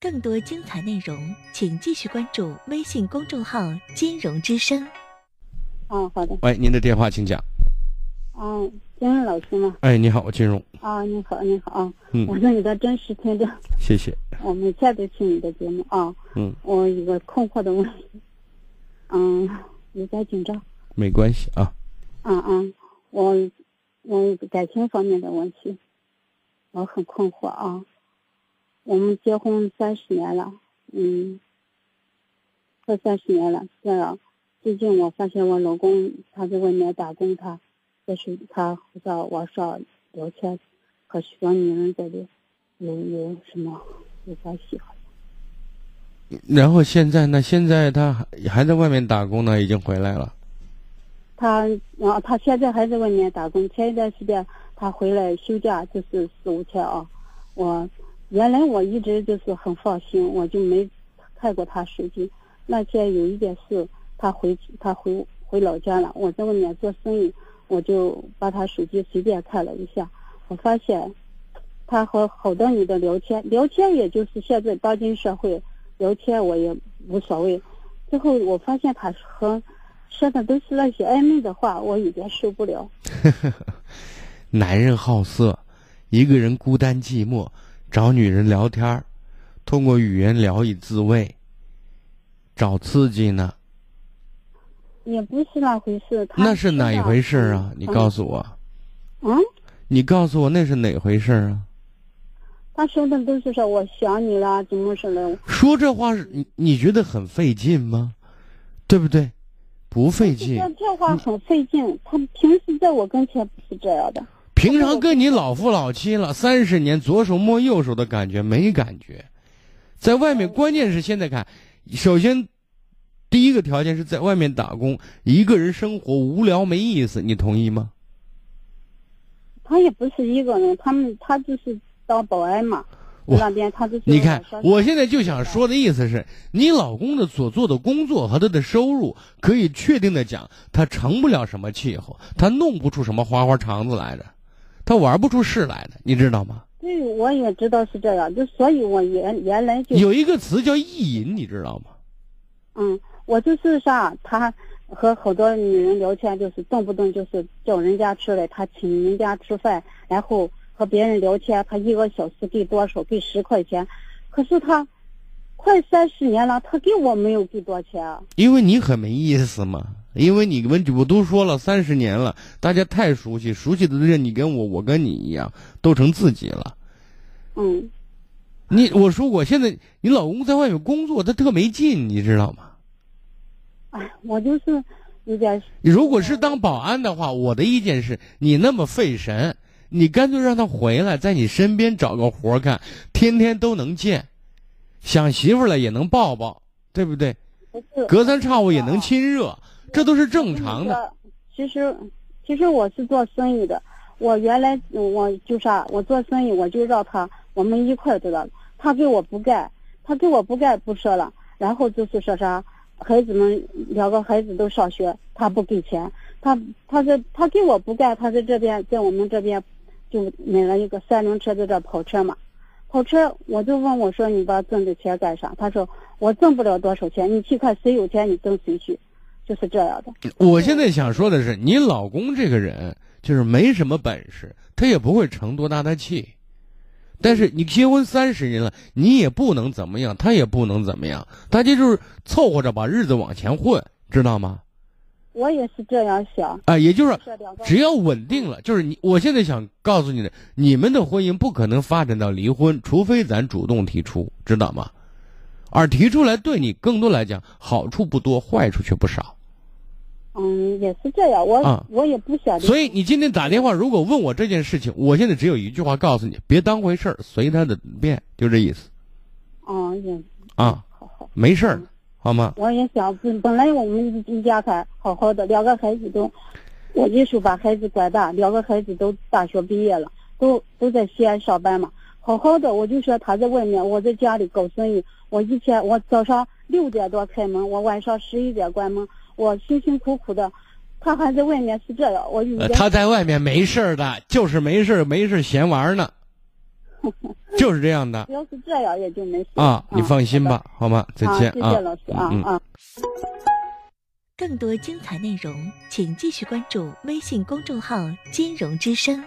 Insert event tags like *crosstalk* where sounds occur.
更多精彩内容，请继续关注微信公众号“金融之声嗯，好的。哎喂，您的电话请讲。嗯，金融老师吗？哎，你好，金融，啊，你好，你好啊！嗯我是你的真实听众，谢谢。我每天都听你的节目啊。嗯，我有个困惑的问题，嗯，有点紧张。没关系啊。嗯嗯，我我有个感情方面的问题，我很困惑啊。我们结婚三十年了，嗯，快三十年了。这最近我发现我老公他在外面打工，他就是他和在网上聊天，和许多女人在这有有什么有关系？然后现在呢？现在他还还在外面打工呢，已经回来了。他啊，他现在还在外面打工。前一段时间他回来休假，就是四五天啊。我原来我一直就是很放心，我就没看过他手机。那天有一件事，他回他回回老家了，我在外面做生意，我就把他手机随便看了一下，我发现他和好多女的聊天，聊天也就是现在当今社会聊天我也无所谓。最后我发现他和说的都是那些暧昧的话，我有点受不了。 *laughs* 男人好色，一个人孤单寂寞，找女人聊天儿，通过语言聊以自慰，找刺激呢，也不是那回事。他那是哪一回事儿啊？你告诉诉我，嗯，你告诉我那是哪回事儿啊？他说的都是说我想你啦，怎么说的？说这话是你你觉得很费劲吗？对不对？不费劲，这这话很费劲。他平时在我跟前不是这样的。平常跟你老夫老妻了三十年，左手摸右手的感觉没感觉，在外面关键是现在看，首先第一个条件是在外面打工，一个人生活无聊没意思，你同意吗？他也不是一个人，他们他就是当保安嘛。哇那边他就是你看，我现在就想说。说的意思是，你老公的所做的工作和他的收入，可以确定的讲，他成不了什么气候，他弄不出什么花花肠子来的，他玩不出事来的，你知道吗？对，我也知道是这样，就所以我原原来就有一个词叫意淫，你知道吗？嗯，我就是啥，啊他和好多女人聊天，就是动不动就是叫人家出来，他请人家吃饭，然后和别人聊天，他一个小时给多少？给十块钱，可是他快三十年了，他给我没有给多钱啊。因为你很没意思嘛，因为你们我都说了三十年了，大家太熟悉，熟悉的人你跟我，我跟你一样，都成自己了。嗯，你我说我现在你老公在外面工作，他特没劲，你知道吗？哎，我就是有点你如果是当保安的话，我的意见是你那么费神，你干脆让他回来，在你身边找个活儿干，天天都能见，想媳妇儿了也能抱抱，对不对？不是隔三差五也能亲热，这都是正常的。。其实，其实我是做生意的。我原来我就啥，我做生意我就让他我们一块儿知道，他给我不干，他给我不干不说了，然后就是说啥，孩子们两个孩子都上学，他不给钱，他他在他给我不干，他在这边在我们这边就买了一个三轮车，在这跑车嘛，跑车我就问我说你把挣的钱干啥？他说我挣不了多少钱，你去看谁有钱你跟谁去，就是这样的。我现在想说的是，你老公这个人就是没什么本事，他也不会成多大的气。但是你结婚三十年了，你也不能怎么样，他也不能怎么样，大家就是凑合着把日子往前混，知道吗？我也是这样想，啊，也就是这两个只要稳定了，就是你，我现在想告诉你的，你们的婚姻不可能发展到离婚，除非咱主动提出，知道吗？而提出来对你更多来讲好处不多，坏处却不少。嗯也是这样，我、啊我也不想离所以你今天打电话，如果问我这件事情，我现在只有一句话告诉你：别当回事儿，随他的便，就这意思嗯也啊，好好，没事儿，好吗？我也想本本来我们一家还好好的，两个孩子都，我一手把孩子管大，两个孩子都大学毕业了，都都在西安上班嘛，好好的，我就说他在外面，我在家里搞生意，我一天我早上六点多开门，我晚上十一点关门，我辛辛苦苦的，他还在外面是这样，我有呃点、 *laughs* 他在外面没事儿的，就是没事儿没事儿闲玩儿呢，就是这样的只要是这样也就没事啊，你放心吧，好吗？再好的见啊，谢谢老师啊嗯嗯啊。更多精彩内容，请继续关注微信公众号“金融之声”。